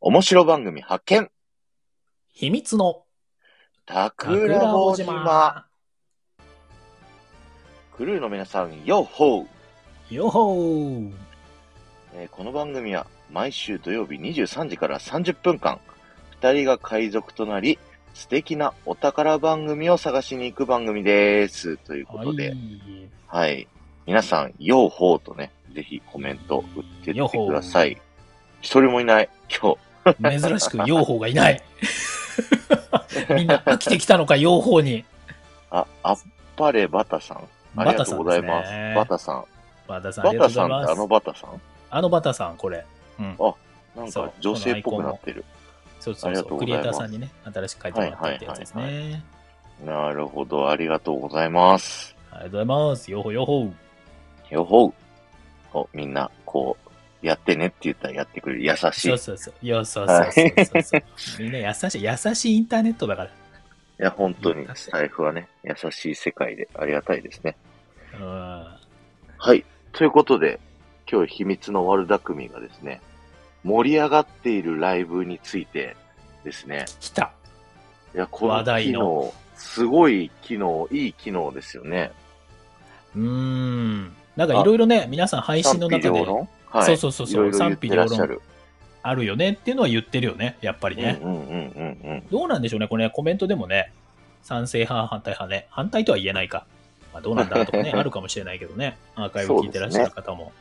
面白番組発見秘密の桜桜坊坊島島。クルーの皆さん、ヨッホー、よほーえーこの番組は毎週土曜日23時から30分間、2人が海賊となり、素敵なお宝番組を探しに行く番組です。というこはとで、い。はい。皆さん、ヨッホーとね、ぜひコメント打ってってください。一人もいない、今日。珍しく養蜂が いない。みんな飽きてきたのか、養蜂に。あ、あっぱれバタさん。ありがとうございます。ババタさん。タさんバですね、タバタささん、あんっりてあのがとうございます。バタさんあのバタさん、これ。うん。なんそうか女性っぽくなってる。そうあそうりそがうとうクござリいますエイターさんにね、新しく書いてもらったってやつですね。はいはなるほど。ありがとうございます。ありがとうございます。よほよほ。よほう。お、みんな、こう、やってねって言ったらやってくれる。優しい。そういそうそう。よそうそうそうそう。みんな優しい、優しいインターネットだから。や、本当に優しい、財布はね、優しい世界でありがたいですね。うん。はい。ということで、今日秘密の悪巧みがですね、盛り上がっているライブについてですね、来た。いや、この話題機能の、すごい機能、いい機能ですよね。うーん。なんかいろいろね、皆さん配信の中賛で否両、論はい。そうそうそうそういろいろ言ってらっしゃる。あるよねっていうのは言ってるよね、やっぱりうね。んうんうんうんうん。どうなんでしょうね、これ、ね、コメントでもね、賛成派、反対派ね、反対とは言えないか、まあ、どうなんだろうとか ね、あるかもしれないけどね、アーカイブ聞いてらっしゃる方も。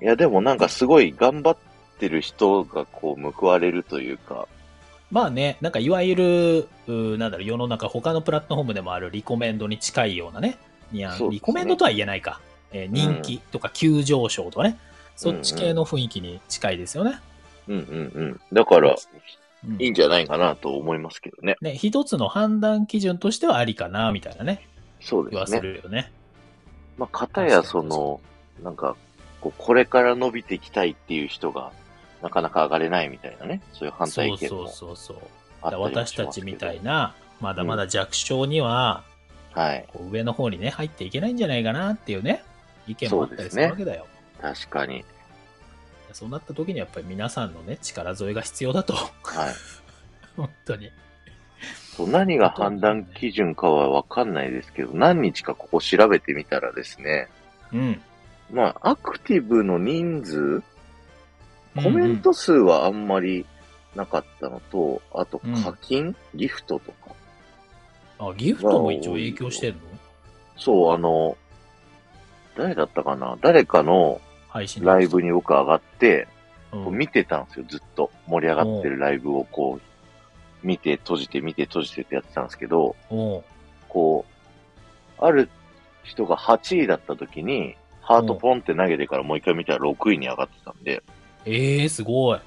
いや、でもなんかすごい頑張ってる人がこう報われるというか、まあね、なんかいわゆる、うーなんだろう、世の中、他のプラットフォームでもあるリコメンドに近いようなね、いやそうですねリコメンドとは言えないか、えー人気とか急上昇とかね、そっち系の雰囲気に近いですよね。うんうんうん。だから、うんいいんじゃないかなと思いますけどね。ね、一つの判断基準としてはありかな、みたいなね、そう言でわすせね。るよね。まあ、かたやその、なんか、こうこれから伸びていきたいっていう人が、なかなか上がれないみたいなね。そういう反対そう意見そうもそうそう。あったりもします私けどたちみたい。な、まだまだ弱小には、はい。こう上の方にね、入っていけないんじゃないかなっていうね、意見もあったりするわけだよ。確かに。そう,、なった時にやっぱり皆さんのね、力添えが必要だと。 はい。本当に。そう何が判断基準かはわかんないですけど、何日かここ調べてみたらですね、うん。まあ、アクティブの人数コメント数はあんまりなかったのと、あとうん課金、ギフトとか。うんうんあ、ギフトも一応影響してるのそう、あの、誰だったかな誰かの配信ライブに僕上がって、うんこう見てたんですよ、ずっと。盛り上がってるライブをこう、見て閉じて、見て閉じてってやってたんですけど、おうこう、ある人が8位だった時に、ハートポンって投げてからもう一回見たら6位に上がってたんで、えー、すごい。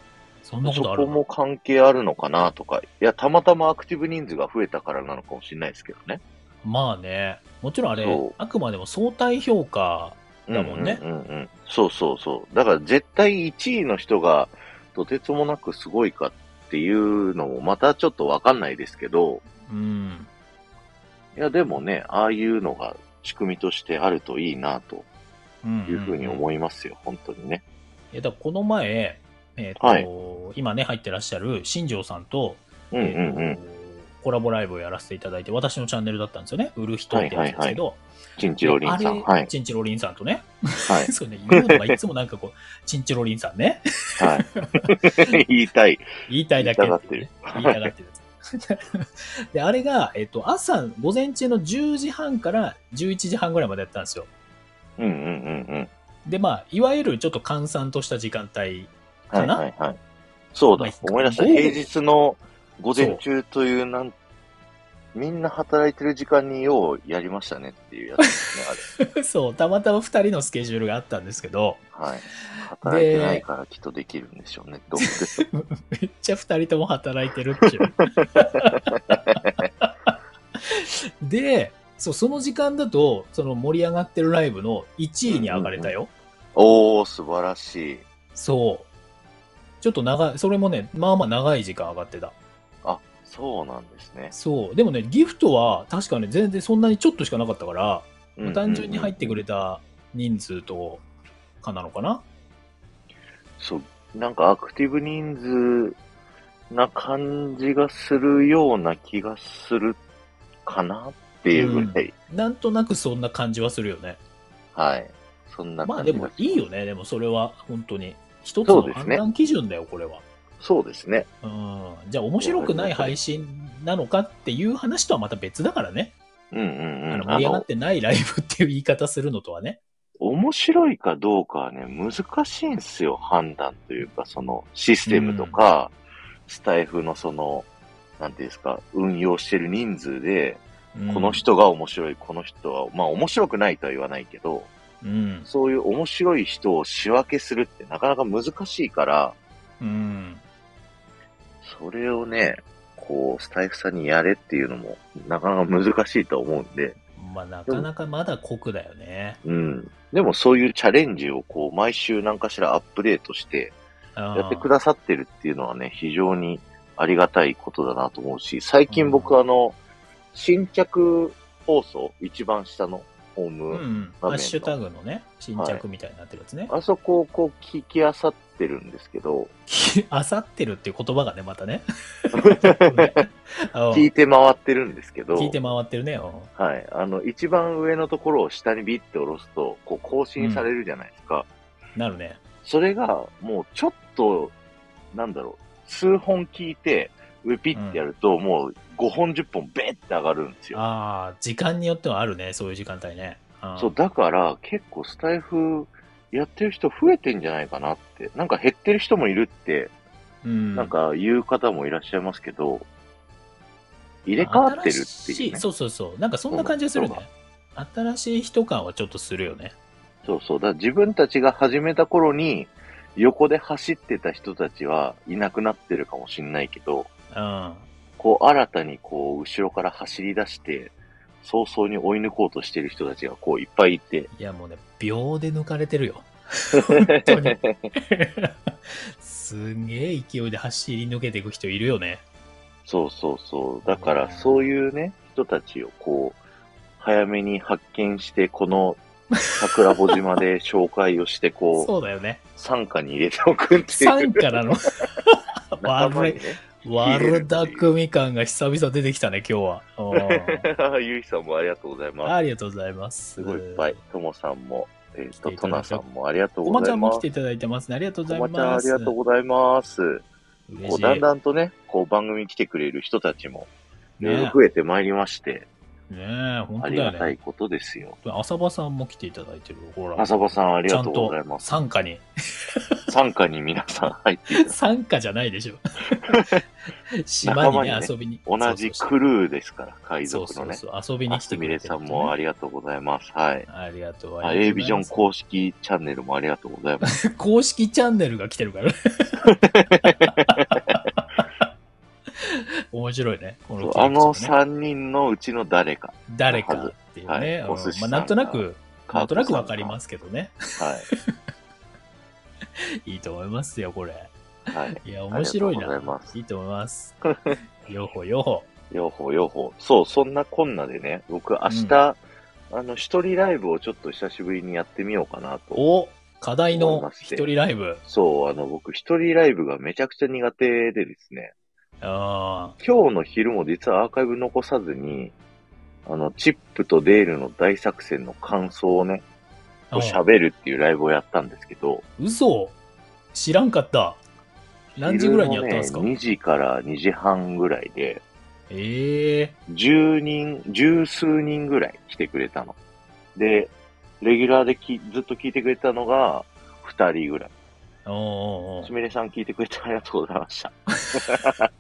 そんなこそとあこるもの関係あるのかなとか、いや、たまたまアクティブ人数が増えたからなのかもしれないですけどね。まあね、もちろんあれそう、あくまでも相対評価。だもんねうんうんうんうん。そうそうそう。だから絶対1位の人がとてつもなくすごいかっていうのもまたちょっとわかんないですけど、うん。いやでもね、ああいうのが仕組みとしてあるといいなとうんいうふうにんん思いますよ、本当にね。いやだからこの前、えっとは今ね、入ってらっしゃる新庄さんと、うんうえーんとうん。コラボライブをやらせていただいて、私のチャンネルだったんですよね。売る人ってやつですけど。チンチロリンさん。あはれい。チンチロリンさんとね。はい そうね、言うのがいつもなんかこう、 チンチロリンさんね。 はい。 言いたい。言いたいだけっていうね言い言いたがたがってるやつ。 で、あれが、えっと、朝、午前中の10時半から11時半ぐらいまでやったんですよ。うんうんうんうん。で、まあ、いわゆるちょっと閑散とした時間帯 はかいなはいはい。そうだまあ、思い出した。午後平日の午前中という、なん、みんな働いてる時間にようやりましたねっていうやつです ね、そう、たまたま2人のスケジュールがあったんですけど、あれ。はい。働いてないからきっとできるんでしょうね、と思って。めっちゃ2人とも働いてるって いう。で、そうその時間だと、その盛り上がってるライブの1位に上がれたよ。おー、素晴らしい。そう。ちょっと長い、それもね、まあまあ長い時間上がってた。あ、そうなんですね。そう。でもね、ギフトは確かね、全然そんなにちょっとしかなかったから、うんうんうん単純に入ってくれた人数と、かなのかなそう、なんかアクティブ人数な感じがするような気がするかなっていうぐらい。なんとなくそんな感じはするよね。はい。そんなまあ感でじがもするいいよね、でもそれは本当に。一つそのうです判ね断基準だよ、これは。そうですね。うん。じゃあ面白くない配信なのかっていう話とはまた別だからね。うんうんあうのん。盛あり上がっの、てないライブっていう言い方するのとはね。面白いかどうかはね、難しいんですよ、判断というか、そのシステムとか、スタイフのその、なんていうんですか、運用してる人数で、うんこの。人が面白い、この人は、まあ面白くないとは言わないけど、うん。そういう面白い人を仕分けするってなかなか難しいから、うん。それをね、こう、スタイフさんにやれっていうのも、なかなか難しいと思うんで、まあなかなかまだ酷だよね。うん。でもそういうチャレンジをこう、毎週何かしらアップデートして、ややってくださってるっていうのはね、非常にありがたいことだなと思うし、最近僕あの、新着放送、一番下のホーうム、ん。画面のハッシュタグのね、新着みたいになってるやつね。あそこをこう、聞きあさってるんですけど、あさってるっていう言葉がね、ま たね。聞聞いて回ってるんですけど、聞いて回ってるね。うんはい。あの、一番上のところを下にビッて下ろすと、こう更新されるじゃないですか。なるね。それが、もうちょっと、なんだろう、数本聞いて、上ピッてやると、もう5本10本ベーって上がるんですよ。ああ、時間によってはあるね、そういう時間帯ね。うんそう、だから結構スタイフやってる人増えてんじゃないかなって。なんか減ってる人もいるって、うん、なんか言う方もいらっしゃいますけど、入れ替わってるって新しいうね。そうそうそう。なんかそんな感じがするねそう。新しい人感はちょっとするよね。そうそう。だから自分たちが始めた頃に、横で走ってた人たちはいなくなってるかもしんないけど、うん。こう新たにこう後ろから走り出して、早々に追い抜こうとしてる人たちがこういっぱいいて、いやもうね、秒で抜かれてるよ。 本当に。すんげえ勢いで走り抜けていく人いるよね。そうそうそう。だからそういうね、人たちをこう、早めに発見して、こ の桜穂島で紹介をして、こう、そうだよね。参加に入れておくっていう。参加 なの仲間悪にいね。悪巧み感が久々出てきたね、今日は。 うゆいさんもありがとうございますん。ありがとうございます。すごいいっぱい。。ともさんも、えっ、来てと、いとただないたさんもありがとうこごまちざゃいんもま来すて。いただいてますね。ありがとうございこま。ますちゃんありがとうございます。嬉こしうい。だんだんとね、こう番組に来てくれる人たちも、いろいろね増えてまいりまして、え、ねえ本あ当りだよがたいね。ことですよ。浅場さんも来ていただいてる。ほら。浅場さんありちゃがんとうとございます。参 加に。参加に皆さん入っていただいて参加じゃない でしょ。島にね、仲間にね遊びに。同じクルーですから、海そう賊そのうね。そうそう遊びにあ来すてくみれれてさるんもあ人ね。りがとうございます。はい。ありあがとう。ありがとうございます A ビジョン公式チャンネルもありがとうございます。公式チャンネルが来てるから ね。面白いね。こそうのあのさ、 3人のうちの誰か。誰かっていうはいね。うんお寿司さまあ、んなんとなく、かなんとなくわかりますけどね。はいいいと思いますよ、これ。い。はい。いや、面白いありがなとうございま。すいいと思います。よほよほ。両方、両方。そう、そんなこんなでね、僕明日、あの、一人ライブをちょっと久しぶりにやってみようかなと。お課題の一人ライブ。そう、あの、僕一人ライブがめちゃくちゃ苦手でですね、あ今日の昼も実はアーカイブ残さずに、あの、チップとデールの大作戦の感想をね、あ。喋るっていうライブをやったんですけど、嘘知らんかった。何時ぐらいにやったんですか、昼のね、2時から2時半ぐらいで、ええ10人、十数人ぐらい来てくれたの。で、レギュラーできずっと聞いてくれたのが2人ぐらい。おうおうおうすみれさん聞いてくれてありがとうございました。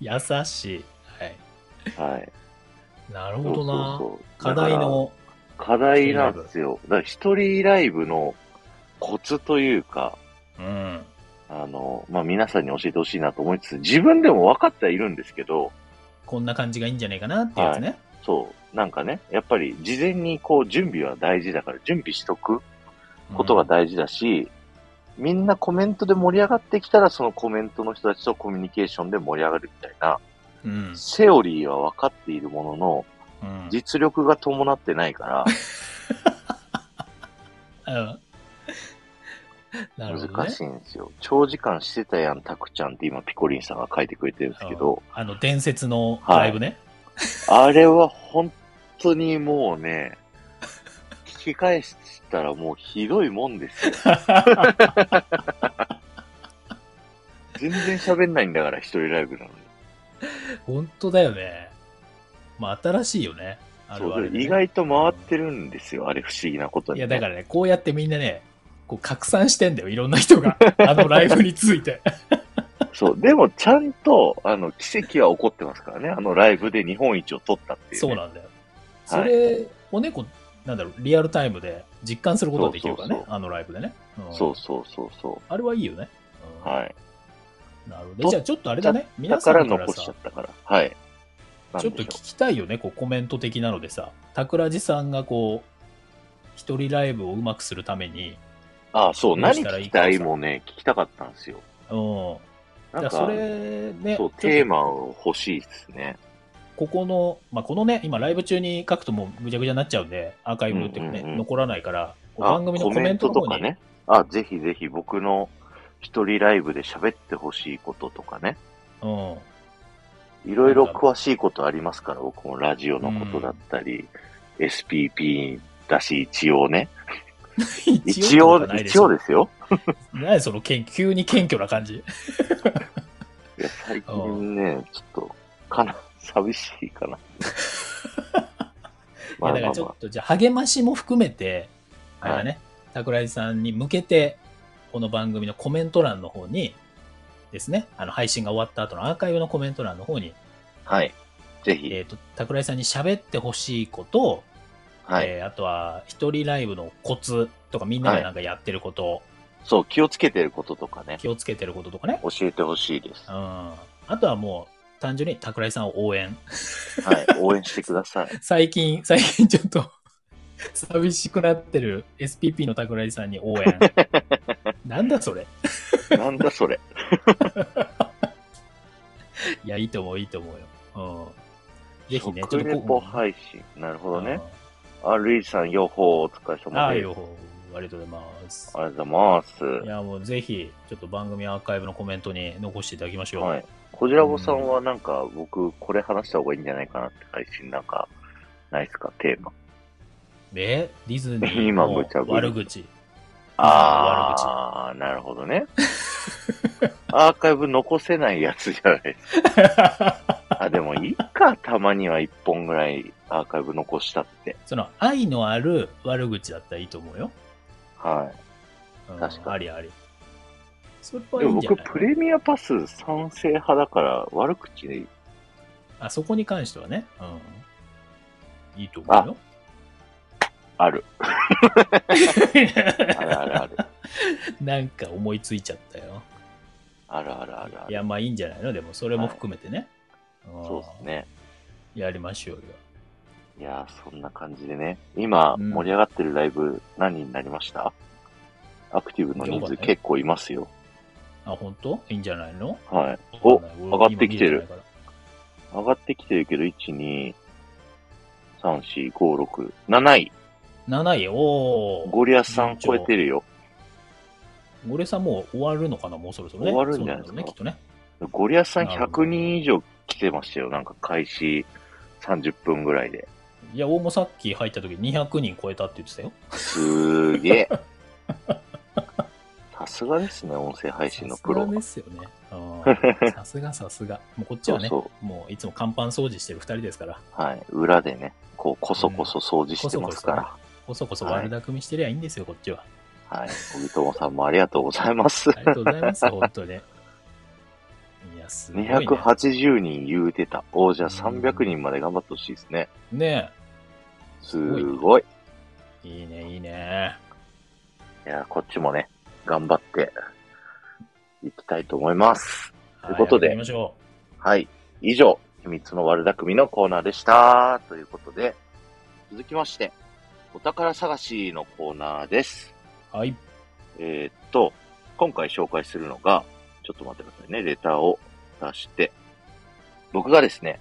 優しい。はい。はい。なるほどな。そうそうそう課題。の、だから課題なんですよ。だから一人ライブのコツというか、うん。あの、まあ、皆さんに教えてほしいなと思いつつ、自分でも分かってはいるんですけど、こんな感じがいいんじゃないかなってやつね。そう、なんかね、やっぱり事前にこう準備は大事だから、準備しとくことが大事だし、みんなコメントで盛り上がってきたら、そのコメントの人たちとコミュニケーションで盛り上がるみたいな、うん。うん。セオリーは分かっているものの、うん実力が伴ってないから、うん なるほど難ねし。いんですよ。長時間してたやん、タクちゃんって今、ピコリンさんが書いてくれてるんですけど、あの、伝説のライブね。あれは本当にもうね、聞き返したらもうひどいもんです よ。全然喋んないんだから、一人ライブなのに。本当だよね。まあ、新しいよね。あそるうある、ね。意外と回ってるんですよ、あれ不思議なことに、いや、だからね、こうやってみんなね、こう拡散してんだよ、いろんな人 が。あのライブについて。そう、でもちゃんと、あの、奇跡は起こってますからね、あのライブで日本一を取ったっていう、ね。そうなんだよ。それをね、こう、なんだろう、リアルタイムで実感することができるからね、そうそうあのライブでね。うんそうそうそうそあれはいいよね。う。うんはい。なるほど。じゃあちょっとあれだね、皆ださかんからら残しちゃさっ、たから。はい。なんちでょしっとょ聞きたいよね、こうコメント的なのでさ、桜地さんがこう、一人ライブをうまくするために、う。ああ、そう、どう何したら聞いいきかたいもね、聞きたかったんですよ。うん。なんじゃか、あそれね、そう、ちょっとテーマを欲しいですね。ここの、まあ、このね、今ライブ中に書くともうむちゃくちゃになっちゃうんで、アーカイブっていうかね、うんうんうん残らないから、こうあ番組のコメントのと方かに、ね。あ、ぜひぜひ僕の一人ライブで喋ってほしいこととかね。うん。いろいろ詳しいことありますから、僕もラジオのことだったり、SPP だし、一応ね。一ってこ応とは、ないでし一ょ応ですよ。何その謙急に謙虚な感じ。いや、最近ね、ちょっと、かな、寂しい かな。いまやあまだからあちょまっとじゃあ励ましも含めて、あれだね、桜井さんに向けて、この番組のコメント欄の方にですね、あの配信が終わった後のアーカイブのコメント欄の方に、あ。はい。ぜひ、えっ、と、桜井さんに喋ってほしいこと、はい、えーあとは一人ライブのコツとかみんながなんかやってること、そう、気をつけてることとかね、気をつけてることとかね。教えてほしいですうん。。あとはもう、単純に桜井さんを応援。はい。応援してください。最近、 最近ちょっと、寂しくなってる SPP の桜井さんに応 援。なんだそれ。 なんだそれ。いや、いいと思う、いいと思うよ。うん。ぜひね、ち食ょっとレポ配信。なるほどね。あ、ルイさん、よほお疲れうんあ様あ、です。よ、ありがとうございますあ。りがとうございいまや、もうぜひ、ちょっと番組アーカイブのコメントに残していただきましす。ょう。はい。こじらぼさんはなんか、僕、これ話した方がいいんじゃないかなって配信なんか、ないですか、テーマ。で、ディズニー今の無茶ぶり悪口。 ああ、なるほどね。アーカイブ残せないやつじゃないですか。あ、でもいい か、たまには1本ぐらいアーカイブ残したって。その、愛のある悪口だったらいいと思うよ。はい。うん確かにありあり。それはいでいんもじゃ僕、ないプレミアパス賛成派だから、悪口でいい。あそこに関してはね、うん、いいと思うよ。ある。あるあるある。 なんか思いついちゃったよ。あるあるあるあいる。や、まあいいんじゃないのでも、それも含めてね。うんそうですね。やりましょうよ。いやー、そんな感じでね。今、うん盛り上がってるライブ、何人になりましたアクティブの人数どこね結構いますよ。あ、本当いいんじゃないのはい。おわかんない俺上がってきてる今見れないか上がってきてるけど、1、2、3、4、5、6、7位。ら7位、おー。ゴリアスさん超えてるよ。ゴリさんもう終わるのかな、もうそろそろね。終わるんじゃないですかそうだろうね、きっとね。ゴリアスさんなるほど100人以上来てましたよ。なんか開始30分ぐらいで。いや、大もさっき入った時200人超えたって言ってたよ。すーげえ。さすがですね、音声配信のプロさすがは。ですよね。 うんさすがさすが。もうこっちはね、そうそもういつも甲板掃除してる2人ですから、う。はい。裏でね、こう、こそこそ掃除してますから。うんこそこそ悪巧みしてりゃいいんですよ、こっちは。はい。小木友さんもありがとうござい ます。ありがとうございます、本当に。いや、すごい、ね。 280人言うてた。おーじゃあ300人まで頑張ってほしいですね。ねすごい。え。いいね、いいね。いやー、こっちもね、頑張っていきたいと思います。ということで行きましょはい。以上、秘密の悪巧みのコーナーでした。ということで、続きまして、お宝探しのコーナーです。う。はい。えーっと、今回紹介するのが、ちょっと待ってくださいね。レターを出して、僕がですね、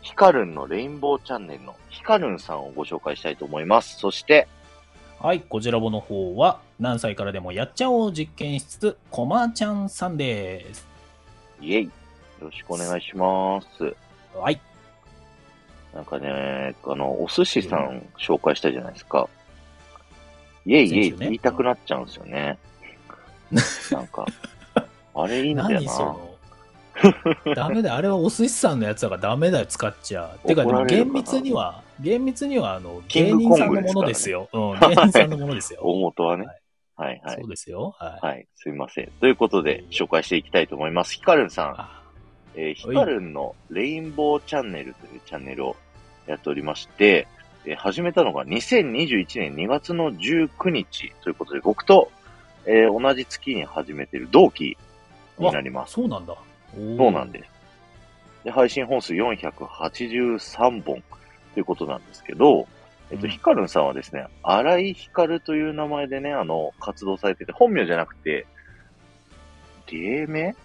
ヒカルンのレインボーチャンネルのヒカルンさんをご紹介したいと思います。そして、はい、こちらぼの方は、何歳からでもやっちゃおう実験室、こまちゃんさんです。イエイ。よろしくお願いします。はい。なんかね、あの、お寿司さん紹介したじゃないですか。イエイイエイ先週っねて言いたくなっちゃうんですよね。なんか、あれいいんだよ何そな。の。 ダメだ、あれはお寿司さんのやつだからダメだよ、使っちゃ。てか、で怒らもれる厳かな密には、厳密には、あの、キン芸グコン人グさんのものですよ。うん、芸人さんのものですよ。大元はね。はいはいそう。ですよ。はい。はい、すいません。ということで、紹介していきたいと思います。ヒカルンさん、あえーヒカルンのレインボーチャンネルというチャンネルをやっておりまして、えー始めたのが2021年2月の19日ということで、僕と、えー同じ月に始めてる同期になります。そうなんだ。そそうなんです。で、配信本数483本ということなんですけど、えっうと、んヒカルンさんはですね、荒井ヒカルという名前でね、あの、活動されてて、本名じゃなくて、芸名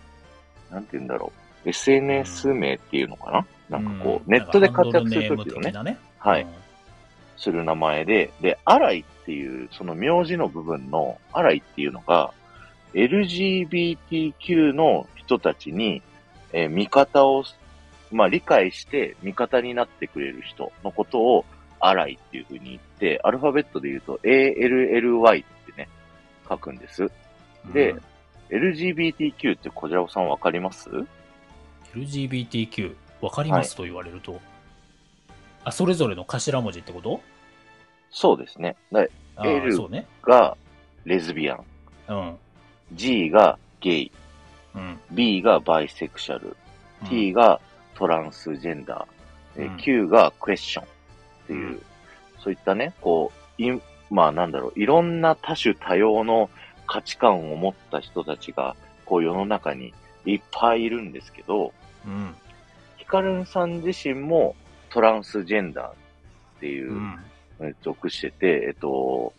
なんて言うんだろう。SNS 名っていうのかな、なんかこう、ネットで活躍するときのね、ね。はいうん。する名前で、で、荒井っていう、その名字の部分の荒井っていうのが、LGBTQ の人たちに、えー味方を、まあ理解して味方になってくれる人のことを荒井っていうふうに言って、アルファベットで言うと ALLY ってね、書くんです。でうん、 LGBTQ って小ラオさんわかります LGBTQ、わかりますと言われると、あ、それぞれの頭文字ってことそうですね。だあ L そうね。がレズビアン、うん。 G がゲイ、うん。 B がバイセクシャル、T がトランスジェンダー、えーうん Q がクエスチョンっていう、うんそういったね、こう、いまあなんだろう、いろんな多種多様の価値観を持った人たちが、こう世の中にいっぱいいるんですけど、うん。ヒカルンさん自身もトランスジェンダーっていうう、ん。えー属してて、えっと、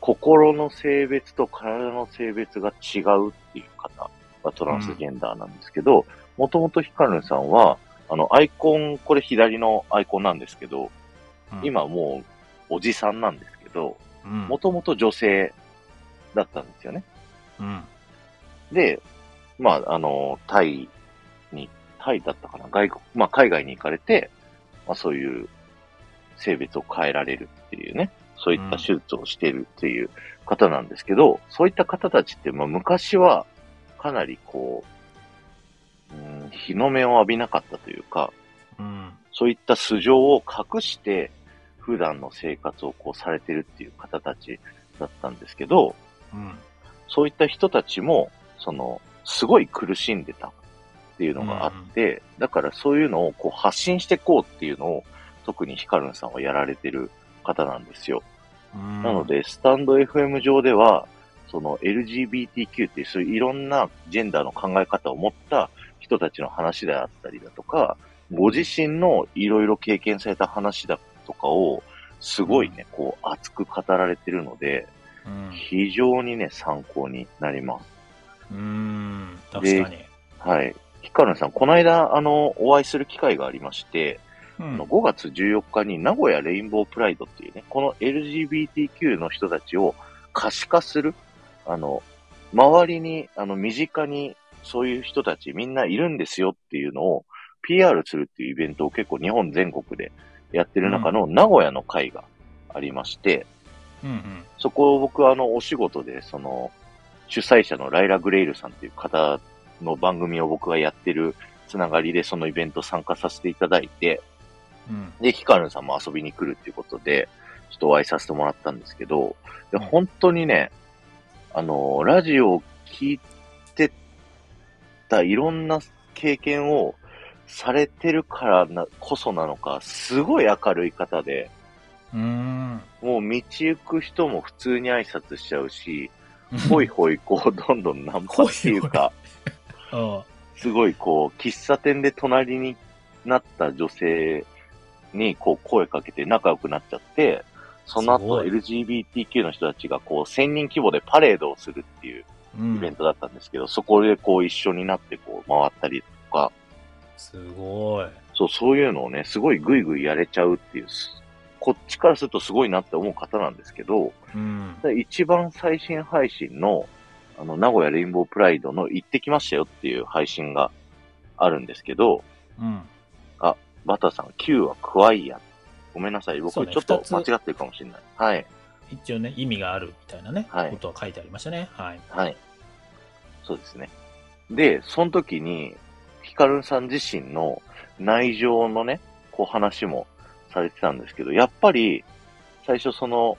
心の性別と体の性別が違うっていう方がトランスジェンダーなんですけど、もともとヒカルンさんは、あの、アイコン、これ左のアイコンなんですけど、うん、今もうおじさんなんですけど、うん、もともと女性だったんですよね。うん。で、まあ、あの、タイに、タイだったかな外国、まあ、海外に行かれて、まあ、そういう性別を変えられるっていうね、そういった手術をしているっていう方なんですけど、そういった方たちって、まあ、昔はかなりこう、うん、日の目を浴びなかったというか、うん。そういった素性を隠して、普段の生活をこうされてるっていう方たちだったんですけど、うん。そういった人たちも、その、すごい苦しんでたっていうのがあって、だからそういうのをこう発信していこうっていうのを、特にヒカルンさんはやられてる方なんですよ。うんなの、で、スタンド FM 上では、その LGBTQ っていうそういういろんなジェンダーの考え方を持った人たちの話であったりだとか、ご自身のいろいろ経験された話だとかを、すごいね、こう熱く語られてるので、うん。非常にね、参考になります。うん。確かに。はい。ヒカルンさん、この間、あの、お会いする機会がありまして、うあんの5月14日に名古屋レインボープライドっていうね、この LGBTQ の人たちを可視化する、あの、周りに、あの、身近にそういう人たちみんないるんですよっていうのを PR するっていうイベントを結構日本全国でやってる中の名古屋の会がありまして、うんうん。そこを僕はあの、お仕事で、その、主催者のライラ・グレイルさんっていう方の番組を僕がやってるつながりで、そのイベント参加させていただいて、うん。で、ヒカルンさんも遊びに来るっていうことで、ちょっとお会いさせてもらったんですけど、でうん本当にね、あの、ラジオを聞いてたいろんな経験をされてるからなこそなのか、すごい明るい方で、うん。もう道行く人も普通に挨拶しちゃうし、ほ いほいこう、どんどんナンパっていうか、うん。すごいこう、喫茶店で隣になった女性にこう声かけて仲良くなっちゃって、そのすご後い LGBTQ の人たちがこう、1000人規模でパレードをするっていううんイベントだったんですけど、そこでこう一緒になってこう回ったりとか、すごい。そう、そういうのをね、すごいグイグイやれちゃうっていう、すこっちからするとすごいなって思う方なんですけど、うん。一番最新配信の、あの、名古屋レインボープライドの行ってきましたよっていう配信があるんですけど、うん。バタさん9はクワイア。ごめんなさい。そ僕うねちょっと二つ間違ってるかもしれない。はい。一応ね、意味があるみたいなね、はいことは書いてありましたね。はい。はい。そうですね。で、その時に、ヒカルンさん自身の内情のね、こう話もされてたんですけど、やっぱり、最初その、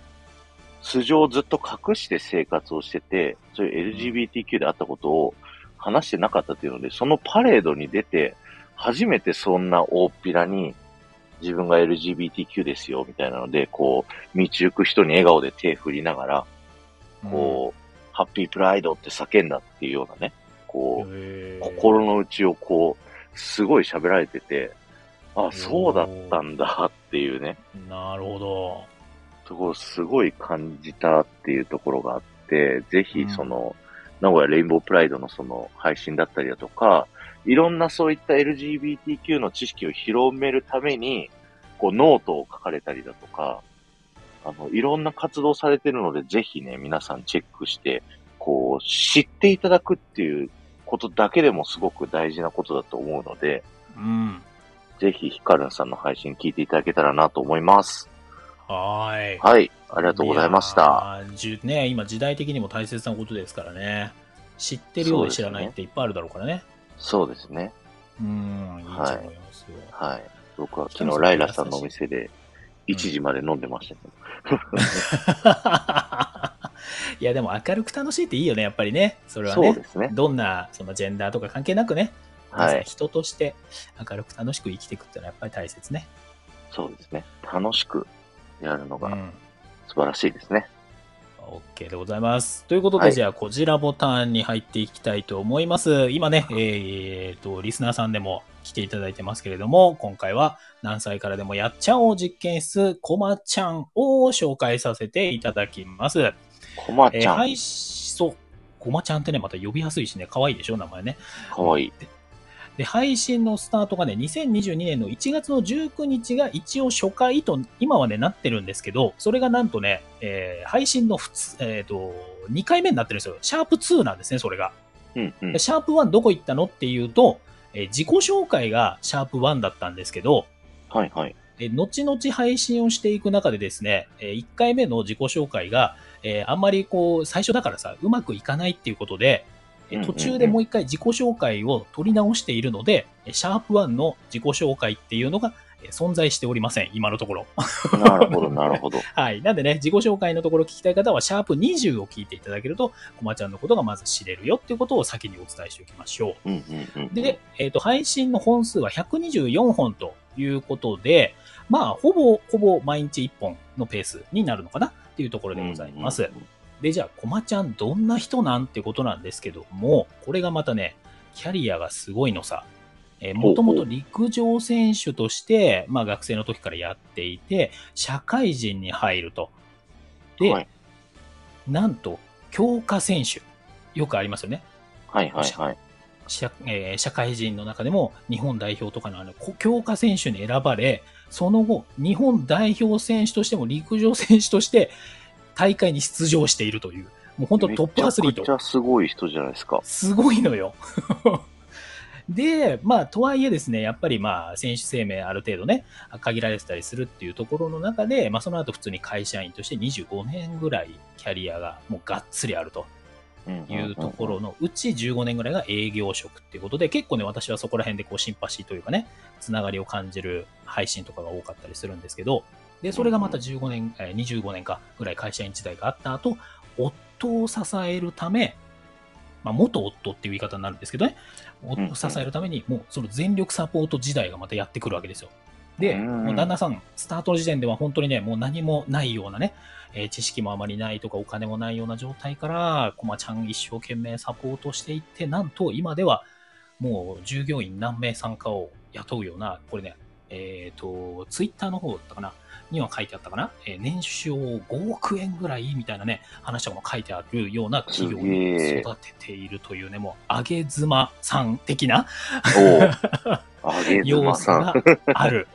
素性をずっと隠して生活をしてて、そういう LGBTQ であったことを話してなかったっていうので、そのパレードに出て、初めてそんな大っぴらに、自分が LGBTQ ですよ、みたいなので、こう、道行く人に笑顔で手振りながら、こう、ハッピープライドって叫んだっていうようなね、こう、へー心の内をこう、すごい喋られてて、あ、ーそうだったんだっていうね、なるほど。ところすごい感じたっていうところがあって、ぜひうんその、名古屋レインボープライドのその配信だったりだとか、いろんなそういった LGBTQ の知識を広めるために、こうノートを書かれたりだとか、あの、いろんな活動されてるので、ぜひね、皆さんチェックして、こう、知っていただくっていうことだけでもすごく大事なことだと思うので、うん。ぜひヒカルンさんの配信聞いていただけたらなと思います。はーい。はい、ありがとうございました。やー。じゅね、今時代的にも大切なことですからね。知ってるようで知らないっていっぱいあるだろうからね。そうですね。うん、いいとはい思いますよ。はい。僕は昨日、ライラさんのお店で1時まで飲んでましたけど。 いや、でも明るく楽しいっていいよね、やっぱりね。それはそうね。ですね。どんな、そのジェンダーとか関係なくね、皆はさんい。人として明るく楽しく生きていくっていうのはやっぱり大切ね。そうですね。楽しくやるのうがん。素晴らしいですね。 OK でございます。ということで、はいじゃあ、こちらボタンに入っていきたいと思います。今ね、えー、と、リスナーさんでも来ていただいてますけれども、今回は何歳からでもやっちゃおう実験室、こまちゃんを紹介させていただきます。こまえちー、ゃはんい、、そう。こまちゃんってね、また呼びやすいしね、可愛いでしょ、名前ね。かわいい。で、配信のスタートがね、2022年の1月の19日が一応初回と、今はね、なってるんですけど、それがなんとね、えー配信のふつ、えっ、と、2回目になってるんですよ。シャープ2なんですね、それが。うんうんで。シャープ1どこ行ったのっていうと、えー自己紹介がシャープ1だったんですけど、はいはい。えー後々配信をしていく中でですね、え1回目の自己紹介が、えーあんまりこう、最初だからさ、うまくいかないっていうことで、えーうんうんう途ん中でもう一回自己紹介を取り直しているので、えーシャープ1の自己紹介っていうのがえー存在しておりません、今のところ。 なるほど、なるほど。はい。なんでね、自己紹介のところ聞きたい方は、シャープ20を聞いていただけると、こまちゃんのことがまず知れるよっていうことを先にお伝えしておきましょう。うんうんうん。で、、えっと配信の本数は124本ということで、まあ、ほぼほぼ毎日1本のペースになるのかなっていうところでございます。。で、じゃあ、こまちゃん、どんな人なんてことなんですけども、これがまたね、キャリアがすごいのさ。えー、ほうもほとうもと陸上選手として、まあ、学生の時からやっていて、社会人に入ると。で、はいなんと、強化選手。よくありますよね。はいはいはい。社えー社会人の中でも日本代表とかのあのこ強化選手に選ばれ、その後、日本代表選手としても陸上選手として大会に出場しているという、もう本当トップアスリーめトちゃ。くちゃすごい人じゃないですか。すごいのよ。 で、まあ、とはいえですね、やっぱりまあ、選手生命ある程度ね、限られてたりするっていうところの中で、まあ、その後普通に会社員として25年ぐらいキャリアがもうがっつりあると。うんんんいうとこ。ろのうち15年ぐらいが営業職っていうことで、結構ね、私はそこら辺でこうシンパシーというかね、つながりを感じる配信とかが多かったりするんですけど、で、それがまた15年、えー25年かぐらい会社員時代があった後、夫を支えるため、まあ、元夫っていう言い方になるんですけどね、んうん夫を支えるために、もうその全力サポート時代がまたやってくるわけですよ。で、うんもう旦那さん、スタートの時点では本当にね、もう何もないようなね、えー知識もあまりないとかお金もないような状態から、こまちゃん一生懸命サポートしていって、なんと今ではもう従業員何名参加を雇うような、これね、えっ、と、ツイッターの方だったかなには書いてあったかな、えー年収を5億円ぐらいみたいなね、話とかも書いてあるような企業にすげえ育てているというね、もう、上げ妻さん的なおお。あげず要ま素さん。がある。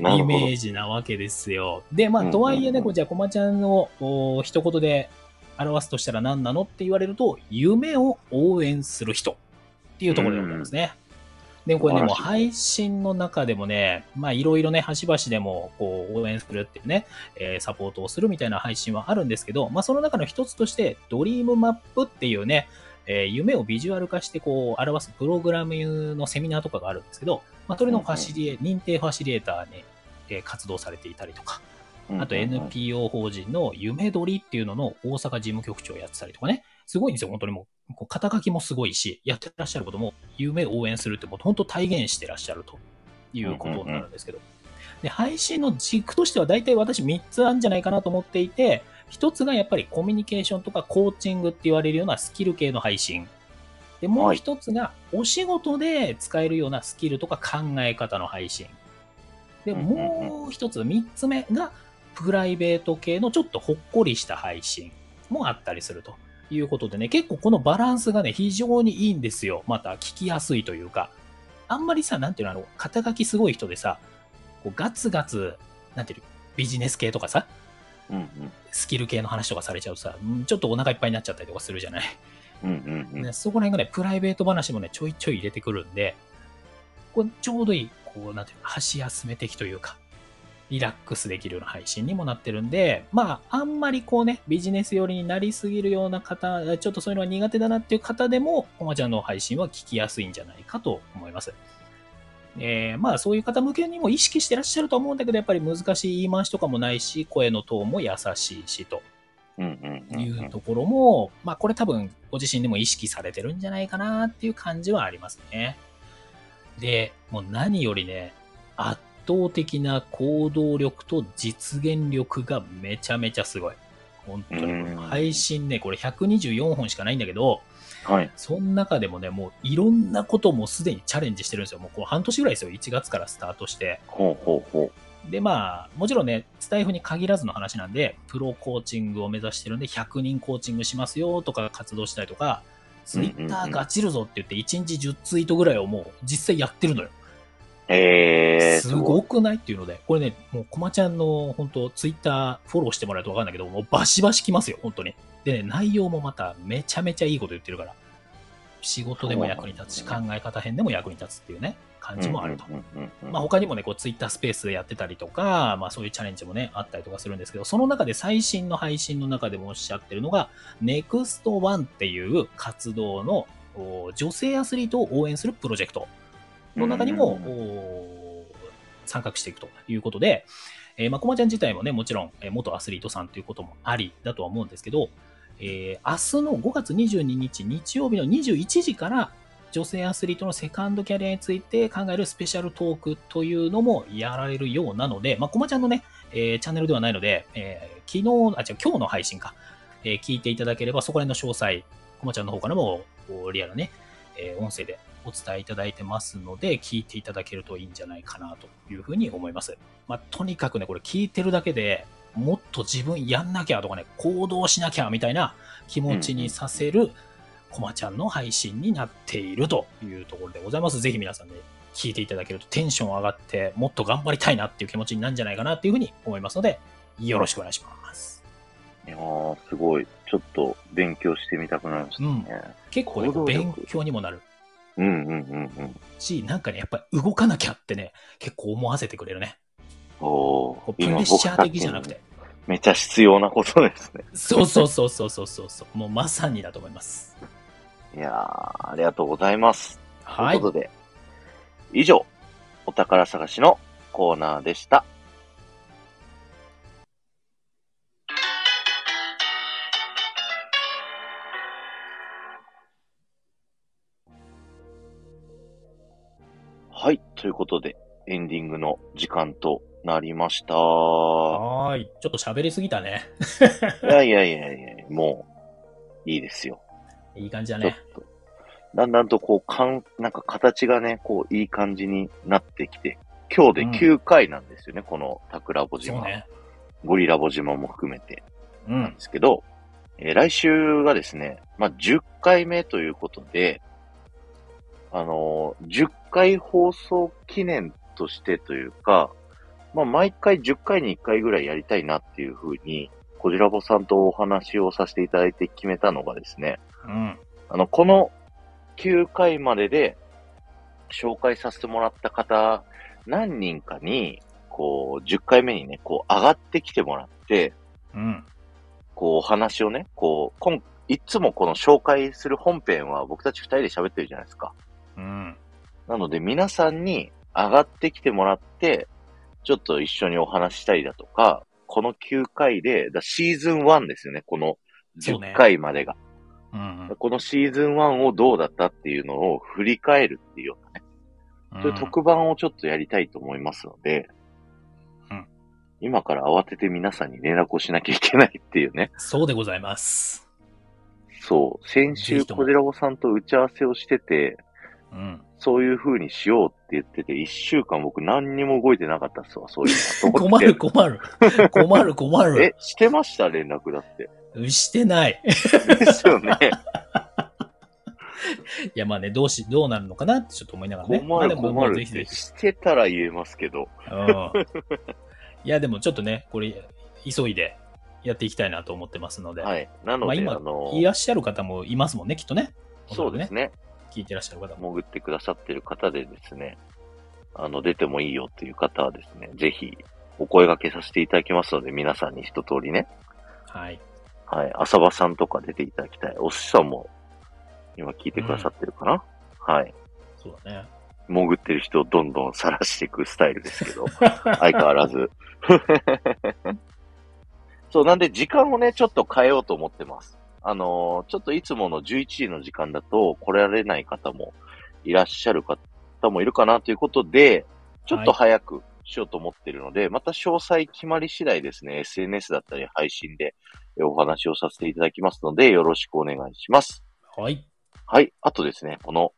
なイるほどメージなわけですよ。で、まうあ、んとはいえうんうね、んこうじゃあ、コマちゃんをお一言で表すとしたら何なのって言われると、夢を応援する人っていうところでございますね。で、これね、素晴もうらしい配信の中でもね、まあ、いろいろね、端々でも、こう、応援するっていうね、えーサポートをするみたいな配信はあるんですけど、まあ、その中の一つとして、ドリームマップっていうね、えー夢をビジュアル化してこう表すプログラムのセミナーとかがあるんですけど、まあ、それのファシリエ、認定ファシリエーターに、えー活動されていたりとか、あと NPO 法人の夢鳥っていうのの大阪事務局長をやってたりとかね、すごいんですよ、本当にもう、こう肩書きもすごいし、やってらっしゃることも、夢を応援するって、もう本当体現してらっしゃるということになるんですけど、で配信の軸としては、大体私3つあるんじゃないかなと思っていて、1つがやっぱりコミュニケーションとかコーチングって言われるようなスキル系の配信。でもうはい1つがお仕事で使えるようなスキルとか考え方の配信。で、うんうんうんもう1つ、3つ目がプライベート系のちょっとほっこりした配信もあったりするということでね、結構このバランスがね、非常にいいんですよ。また聞きやすいというか。あんまりさ、なんていうの、あの、肩書きすごい人でさ、こうガツガツ、なんていうのビジネス系とかさ、うんスキル系の話とかされちゃうとさ、うんちょっとお腹いっぱいになっちゃったりとかするじゃない。うんうんうんうんね、そこら辺がね、プライベート話もね、ちょいちょい入れてくるんで、こうちょうどいい、こう、なんていうの、箸休め的というか、リラックスできるような配信にもなってるんで、まあ、あんまりこうね、ビジネス寄りになりすぎるような方、ちょっとそういうのは苦手だなっていう方でも、こまちゃんの配信は聞きやすいんじゃないかと思います。えーまあ、そういう方向けにも意識してらっしゃるとは思うんだけど、やっぱり難しい言い回しとかもないし、声のトーンも優しいしと。うんうんうんうんいうところも、まあこれ多分ご自身でも意識されてるんじゃないかなっていう感じはありますね。で、もう何よりね、圧倒的な行動力と実現力がめちゃめちゃすごい。本当にうん配信ね、これ124本しかないんだけど、はい。その中でもね、もういろんなこともすでにチャレンジしてるんですよ。もうこう半年ぐらいですよ。1月からスタートして。ほうほうほで、まあ、もちろんね、スタイフに限らずの話なんで、プロコーチングを目指してるんで、100人コーチングしますよとか活動したりとか、ツイッターガチるぞって言って、1日10ツイートぐらいをもう実際やってるのよ。う。えー。すごくないっていうので、これね、もう、こまちゃんの本当ツイッターフォローしてもらうとわかんないけど、もうバシバシ来ますよ、本当に。でね、内容もまためちゃめちゃいいこと言ってるから、仕事でも役に立つし、そう考なんえ方編でも役に立つっていうね、感じもあると。うんうんうんうんまあ、他にもね、こう、ツイッタースペースでやってたりとか、まあ、そういうチャレンジもね、あったりとかするんですけど、その中で最新の配信の中でもおっしゃってるのが、NEXT1 っていう活動のお女性アスリートを応援するプロジェクトの中にも、うんお参画していくということで、えーまあ、こまちゃん自体もね、もちろん、えー元アスリートさんということもありだとは思うんですけど、えー明日の5月22日日曜日の21時から、女性アスリートのセカンドキャリアについて考えるスペシャルトークというのもやられるようなので、まあ、こまちゃんのね、えーチャンネルではないので、えー昨日、あ、違う、今日の配信か、えー聞いていただければ、そこら辺の詳細、こまちゃんの方からも、こうリアルなね、えー音声でお伝えいただいてますので、聞いていただけるといいんじゃないかなというふうに思います。まあ、とにかくね、これ聞いてるだけでもっと自分やんなきゃとかね、行動しなきゃみたいな気持ちにさせる、こまちゃんの配信になっているというところでございます。ぜひ皆さんね、聞いていただけるとテンション上がって、もっと頑張りたいなっていう気持ちになるんじゃないかなっていうふうに思いますので、よろしくお願いします。いやー、すごい。ちょっと勉強してみたくなりましたね。結構ね、行動力勉強にもなるうんうんうんうん。し、なんかね、やっぱり動かなきゃってね、結構思わせてくれるね。おこーうプレッシャー的じゃなく。今僕たちてに。めちゃ必要なことですね。そうそうそうそうそうそうそう。もうまさにだと思います。いやー、ありがとうございます。はいという。ことで、以上、お宝探しのコーナーでした。はい、ということで、エンディングの時間となりました。はーい。ちょっと喋りすぎたね。いやいやいやいや、もう、いいですよ。いい感じだね。ちょっと、だんだんとこう、かん、なんか形がね、こう、いい感じになってきて、今日で9回なんですよね、このタクラボそう島、ね。ゴリラボ島も含めてうなんで。んすけど、えー来週がですね、まあ、10回目ということで、あのー10回放送記念としてというか、まあ、毎回10回に1回ぐらいやりたいなっていうふうに、こじらぼさんとお話をさせていただいて決めたのがですね、うん。あの、この9回までで紹介させてもらった方、何人かに、こう、10回目にね、こう、上がってきてもらって、うん。こう、お話をね、こう、こんいつもこの紹介する本編は僕たち2人で喋ってるじゃないですか。うん。なので、皆さんに上がってきてもらって、ちょっと一緒にお話したりだとか、この9回で、だシーズン1ですよね、このそうね10回までが。うん。このシーズン1をどうだったっていうのを振り返るっていうようなね、うんそういう特番をちょっとやりたいと思いますので、うん今から慌てて皆さんに連絡をしなきゃいけないっていうね。そうでございます。そう。先ぜ週、ひともコジラボさんと打ち合わせをしてて、うん。そういう風にしようって言ってて、一週間僕何にも動いてなかったっすわ、そういうのと思困ってる 困る。困る 困える。、してました連絡だ って。してない。ですよね。いや、まあね、どうし、どうなるのかなってちょっと思いながらね。ま困あでるも困もうぜるっひぜて。ひしてたら言えますけど。うん。いや、でもちょっとね、これ、急いでやっていきたいなと思ってますので。はい。なのまあで、今あの、、いらっしゃる方もいますもんね、きっとね。そうですね。ね。聞いてらっしゃる方も。潜ってくださってる方でですね、あの、出てもいいよっていう方はですね、ぜひ、お声掛けさせていただきますので、皆さんに一通りね、はい。はい、浅場さんとか出ていただきたい。お寿司さんも、今聞いてくださってるかな、はい。そうだね。潜ってる人をどんどん晒していくスタイルですけど、相変わらず。 そう、なんで時間をね、ちょっと変えようと思ってます。あのーちょっといつもの11時の時間だと来られない方もいらっしゃる方もいるかなということで、ちょっと早くしようと思ってるので、また詳細決まり次第ですね、SNS だったり配信でお話をさせていただきますので、よろしくお願いします。はい。はい。あとですね、この、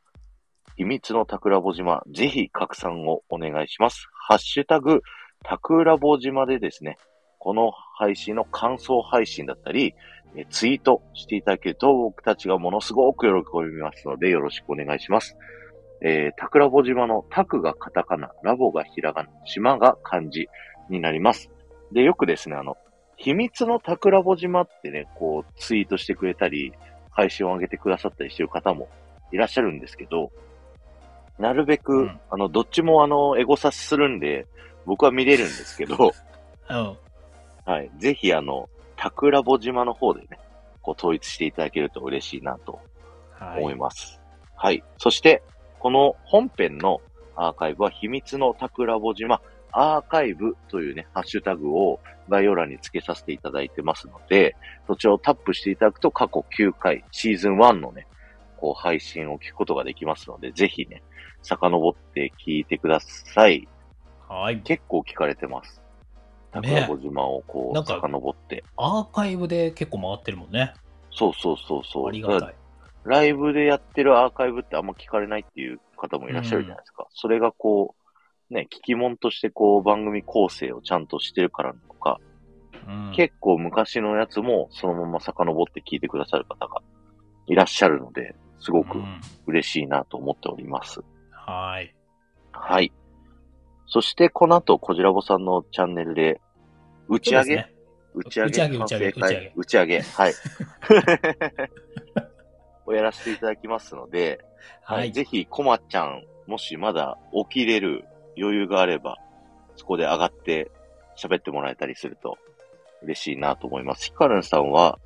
秘密のタクラボ島、ぜひ拡散をお願いします。ハッシュタグ、タクラボ島でですね、この配信の感想配信だったり、えツイートしていただけると、僕たちがものすごく喜びますので、よろしくお願いします。えー、タクラボ島のタクがカタカナ、ラボがひらがな、島が漢字になります。で、よくですね、あの、秘密のタクラボ島ってね、こう、ツイートしてくれたり、配信を上げてくださったりしてる方もいらっしゃるんですけど、なるべく、うんあの、どっちもあの、エゴサするんで、僕は見れるんですけど、うん。はい。ぜひあの、タクラボ島の方でね、こう統一していただけると嬉しいなとは思いい。ます。はい。そして、この本編のアーカイブは秘密のタクラボ島アーカイブというね、ハッシュタグを概要欄に付けさせていただいてますので、そちらをタップしていただくと過去9回、シーズン1のね、こう配信を聞くことができますので、ぜひね、遡って聞いてください。はい。結構聞かれてます。タクねラボ島をこう、なんか遡って。アーカイブで結構回ってるもんね。そうそうそうそう。ありがだたかい。らライブでやってるアーカイブってあんま聞かれないっていう方もいらっしゃるじゃないですか。それがこう、ね、聞き物としてこう番組構成をちゃんとしてるからなのか、うん結構昔のやつもそのまま遡って聞いてくださる方がいらっしゃるので、すごくうん嬉しいなと思っております。はい。はい。そしてこの後、こじらぼさんのチャンネルで、打ちそう上げ、ですね。打ち上げ、打反ち省上げ会打ち上げ打ち上げ、 はい。をやらせていただきますので、はい。ぜひ、こまちゃん、もしまだ起きれる余裕があれば、そこで上がって喋ってもらえたりすると嬉しいなと思います。ヒカルンさんは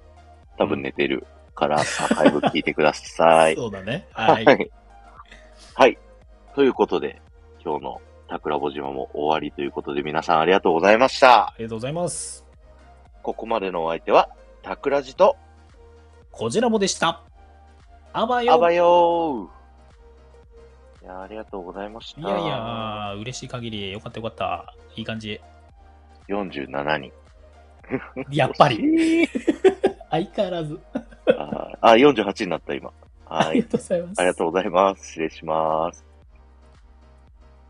多分寝てるから、アーカイブ聞いてください。そうだね。はい。はい。はい。ということで、今日の桜ぼ島も終わりということで、皆さんありがとうございましたあ。りがとうございます。ここまでのお相手は、桜地と、こちらもでした。あばよ。あばよーいやー、ありがとうございました。いやいや、嬉しい限り、よかったよかった。いい感じ。 47人。やっぱり。り。 相変わらず。あー、あ48になった、今。あはりい が。とうございます。ありがとうございます。失礼します。